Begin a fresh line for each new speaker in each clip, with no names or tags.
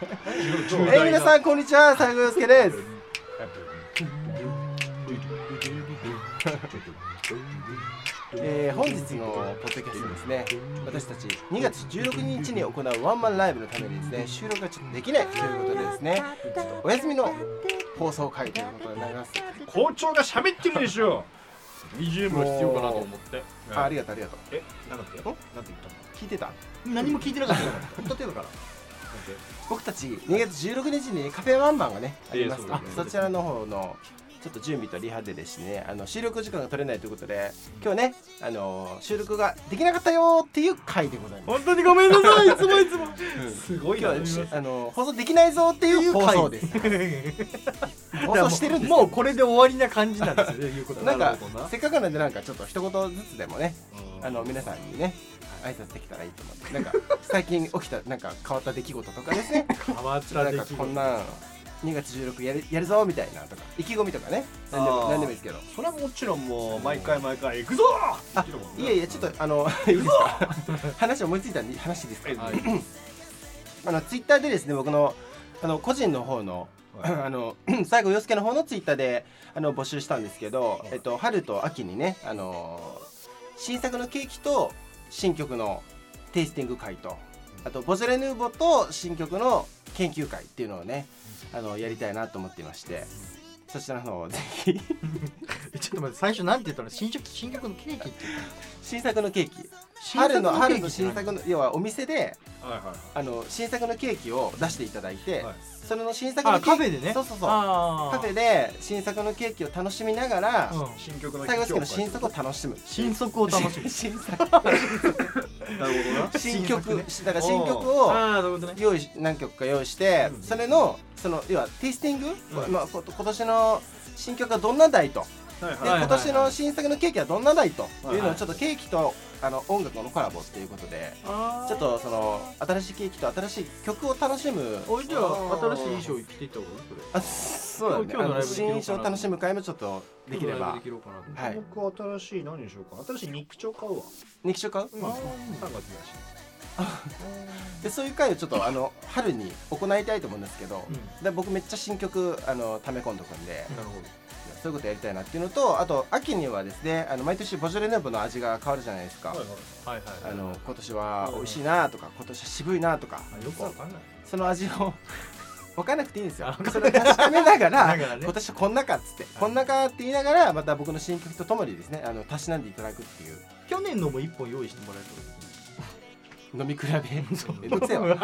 えー、皆さんこんにちは、西郷洋介です。えー、本日のポッドキャストですね、私たち2月16日に行うワンマンライブのためにですね、収録がちょっとできないということでですね、ちょっとお休みの放送回ということになります。
校長が喋ってるでしょ BGM が必要かなと思って
あありがとう、ありがとう。
えなんだっけなんて言っ
聞いてた
たの何も聞いてなかった から歌ってたから
僕たち2月16日にカフェワンマンがねあります
ええそう
あ
ですね
そちらの方のちょっと準備とリハでですねあの収録時間が取れないということで今日ねあの収録ができなかったよーっていう回でございます
本当にごめんなさいいつもいつもすごい
今
な
日はしあの放送できないぞーっていう放送 です放送してるんです
もうこれで終わりな感じなんですよねいうこと
なんか
な
せっかくなんでなんかちょっと一言ずつでもねあの皆さんにね挨拶できたらいいと思ってなんか最近起きたなんか変わった出来事とかですね
川面
なん
で
かこんな2月16やるやるぞみたいなとか意気込みとかね何で
あ
も
ー
何でもいいですけど
それはもちろんもう毎回毎回行くぞ
あいやいやちょっとあの いいですか話思いついたんで話していいですか
は
あのツイッターでですね僕のあの個人の方のあの最後洋介の方のツイッターであの募集したんですけど、えっと、春と秋にねあの新作のケーキと新曲のテイスティング会とあとボジョレ・ヌーボーと新曲の研究会っていうのをねあのやりたいなと思っていましてそちらの方をぜひ
いちょっと待って最初なんて言ったの新曲新曲のケーキって
新作のケーキ
新
春
作
の
のケーキ
春の新作の要はお店で
はいはいはい
あの新作のケーキを出していただいて、
はい
それの新作の
あカフェでね
そうそうそう
あ
カフェで新作のケーキを楽しみながら、
うん
新曲の
最後ですけど新作を楽しむ
新作を楽し む
新作
なるほどな
新曲
ね
だから新曲を
ああなるほどね
用意し何曲か用意して、
うん
それのその要はテイスティング、
うん
まあ、こ今年の新曲はどんな題と、
はい
で
はい
はいはい
今年の新作のケーキはどんな題と
はい
いうのをちょっとケーキとあの音楽のコラボっていうことで。ちょっとその新しいケーキと新しい曲を楽しむ
おいじゃ
あ
あ新
ー
しい衣装着ていった方がいいそれ
あそうだね
今日の
あ
ライ
の
ブできるかな
新衣装楽しむ会もちょっとできれば
できるかなと思って
はい
僕新しい何にしようか新しい肉帳買うわ
肉食買う
うん3月だし
でそういう回をちょっとあの春に行いたいと思うんですけど、
う
で僕めっちゃ新曲あの溜め込んどくんで、
なるほ
そういうことやりたいなっていうのとあと秋にはですねあの毎年ボジョレ・ヌーボーの味が変わるじゃないですか、
どはいはい
あの今年は美味しいなとか今年は渋いなとか
あよくわかんない
その味を 分かんなくていいんですよ
あ
それを確かめながら
だからね
今年はこんなかっつってこんなかって言いながらまた僕の新曲とともにですねあのたしなんでいただくっていう
去年のも一本用意してもらえ
飲み比べめんど
た
くせえ
ら
わ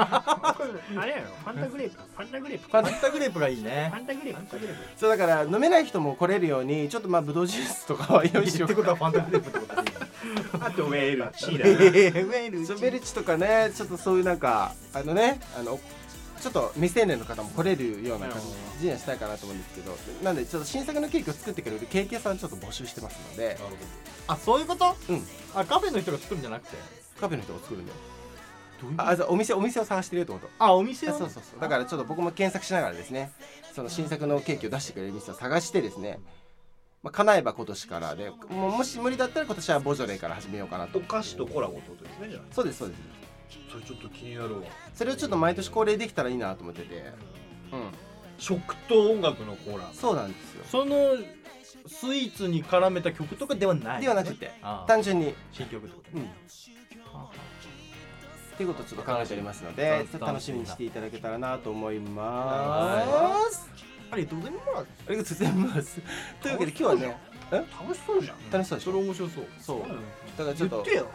あれやろファンタグレープファンタグレープ
パンタグレープがいいね
ンタグレープファンタグレープ
そうだから飲めない人も来れるようにちょっとまあブドウジュースとかは用意しよ
っ
う
てことはファンタグレープってことでいい
あとメールシーラー
ええウェル
そうベルチとかねちょっとそういうなんかあのねあのちょっと未成年の方も来れるような感じにはしたいかなと思うんですけどなんでちょっと新作のケーキを作ってくれるケーキ屋さんちょっと募集してますので
あそういうこと
うん
あカフェの人が作るんじゃなくて
カフェの人が作るんだよ
どういう
ああじゃあお店お店を探してるってこと
あお店
あ
を
そうそうそうだからちょっと僕も検索しながらですねその新作のケーキを出してくれる店を探してですねまあ、叶えば今年からでもうもし無理だったら今年はボジョレーから始めようかなと
お菓子とコラボってことですねじゃあ
そうですそうです
それちょっと気になるわ
それをちょっと毎年恒例できたらいいなと思っててうん
食と音楽のコーラ
そうなんですよ
そのスイーツに絡めた曲とかではない
ではなくて
ああ
単純に
新曲ってこと
うん
ね
っていうことをちょっと考えておりますの
楽し
で
み
ちょっと楽しみにしていただけたらなと思います
ありがとうございます
ありがとうございますというわけで今日はね
楽しそうじゃん
楽しそうでし
それ
ょ
面白そう
そう
うん
だからちょ
言
っと
ってよ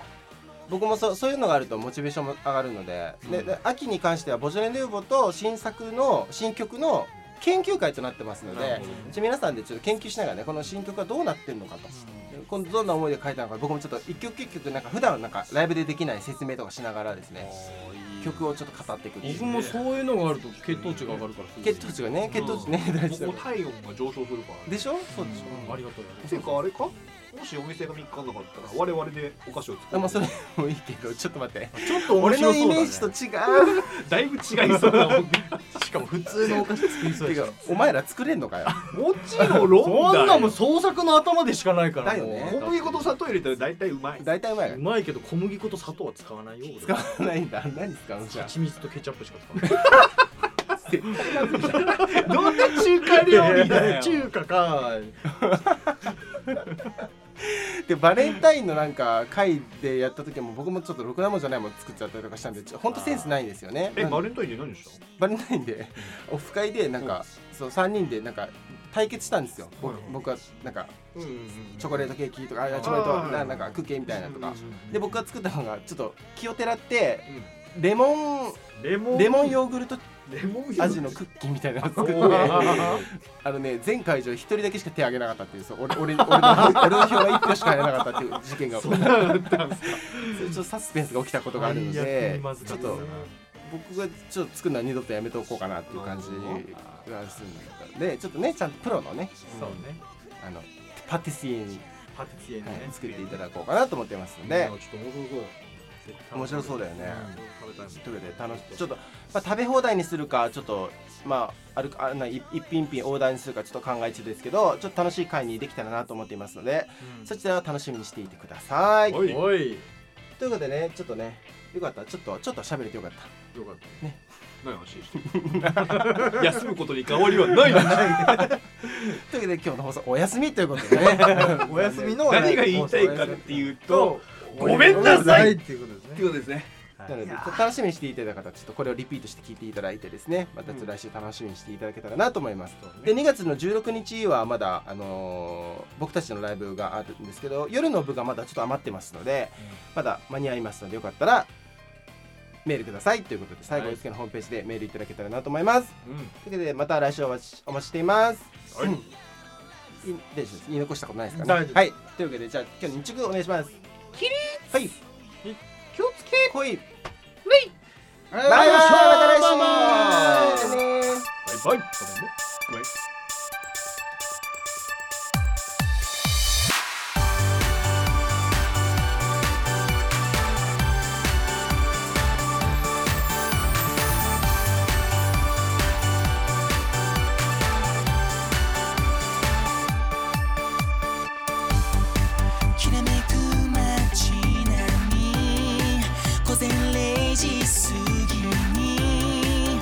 僕もそそういうのがあるとモチベーションも上がるのででで秋に関してはボジョレ・ヌーボーと新作の新曲の研究会となってますの
なる
で
ほどね
ちょ皆さんでちょっと研究しながらねこの新曲はどうなってるのかと今度どんな思いで書いたのか僕もちょっと一曲一曲なんか普段なんかライブでできない説明とかしながらですね曲をちょっと語っていくっていう
僕もそういうのがあると血糖値が上がるから
血糖値がね血糖値ね大事だ
僕も体温が上昇するから
でしょそうでし
ありがとう
ていうかあれか
もしお店が3日なかったら我々でお菓子を作
あ
る
まあそれもいいけどちょっと待って
ちょっと面
俺のイ
白そうだ、ね、
メージと違う
だいぶ違いそうだもんね
しかも普通のお菓子作りそう
て
でし
か
ょ
お前ら作れんのかよ
もち ろん
そんなもん
だよ
創作の頭でしかないから
だよ
もう
ね
小麦粉と砂糖入れたら大体うまい
大体お前が
うまいけど小麦粉と砂糖は使わないよ俺
使わないんだ何使うんじゃん
蜂蜜とケチャップしか使わ
どんな中華料理だ
ない
よ
中華か
でバレンタインのなんか会でやった時も僕もちょっとろくなもんじゃないもん作っちゃったりとかしたんでちょほんとセンスないんですよね
え
なん
バレンタインで何した
バレンタインでオフ会でなんか、そう3人でなんか対決したんですよ、僕
はい
僕はなんか
うんうん
チョコレートケーキとかあいやチョコレー
あ
ト
ー
ななんかクッキーみたいなのとか、
うん
で僕が作ったのがちょっと気をてらってレモン
レモン
レモンヨーグルト
レモン
味のクッキーみたいなのを作って
おー
あのね全会場一人だけしか手挙げなかったっていうそう俺 俺俺の俺の票が1票しか入らなかったっていう事件が起きたそれちょっとサスペンスが起きたことがあるのでちょっと僕がちょっと作るのは二度とやめとこうかなっていう感じがするんでちょっとねちゃんとプロのね
そうね
あのパティシエに、
パティシエに
はい
ね
作っていただこうかなと思ってますの
ね
で
ちょっと面白そう
面白そうだよね、
食べたいもん
ということで楽しちょっと、まあ、食べ放題にするかちょっとまああるあない一品一品オーダーにするかちょっと考え中ですけどちょっと楽しい会にできたらなと思っていますので、そちらは楽しみにしていてください。
おい
おい
ということでねちょっとねよかったちょっとちょっと喋れてよかった。
よかった
何話してる 休むことに変わりはない
ということで今日の放送お休みということでね
お休みの
何が言いたいかっていうと
ご
めんなさい
っていうことです
っ
ね
てことですね
なので楽しみにしていただいた方はちょっとこれをリピートして聞いていただいてですねまたちょっと来週楽しみにしていただけたらなと思います。で2月の16日はまだ、あのー僕たちのライブがあるんですけど夜の部がまだちょっと余ってますので、まだ間に合いますのでよかったらメールくださいということで最後
はい
ゆつけのホームページでメールいただけたらなと思います、ということでまた来週お待ちお待ちしています
はい
うんい大丈夫です言い残したことないですか
大
ね
丈夫
はいというわけでじゃあ今日日中お願いしますキリッはい気をつけほいバイバイまた来週また
バ
ね
イバイごめんねごめん
きらめく街並み午前0時過ぎに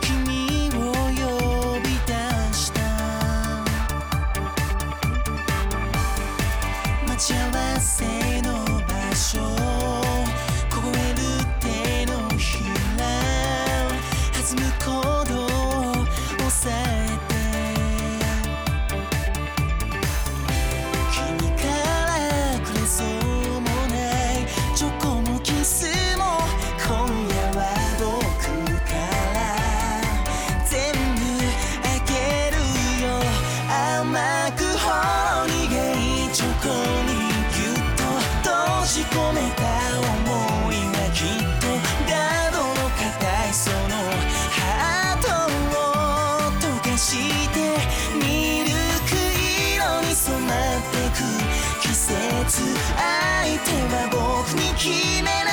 君を呼び出した待ち合わせの場所凍える手のひら弾む鼓動を抑えて君からくれそうもないチョコもキスも今夜は僕から全部あげるよ甘くほろ苦いチョコにぎゅっと閉じ込めた想いはきっとガードの固いそのハートを溶かしてミルク色に染まってく季節相手は僕に決めら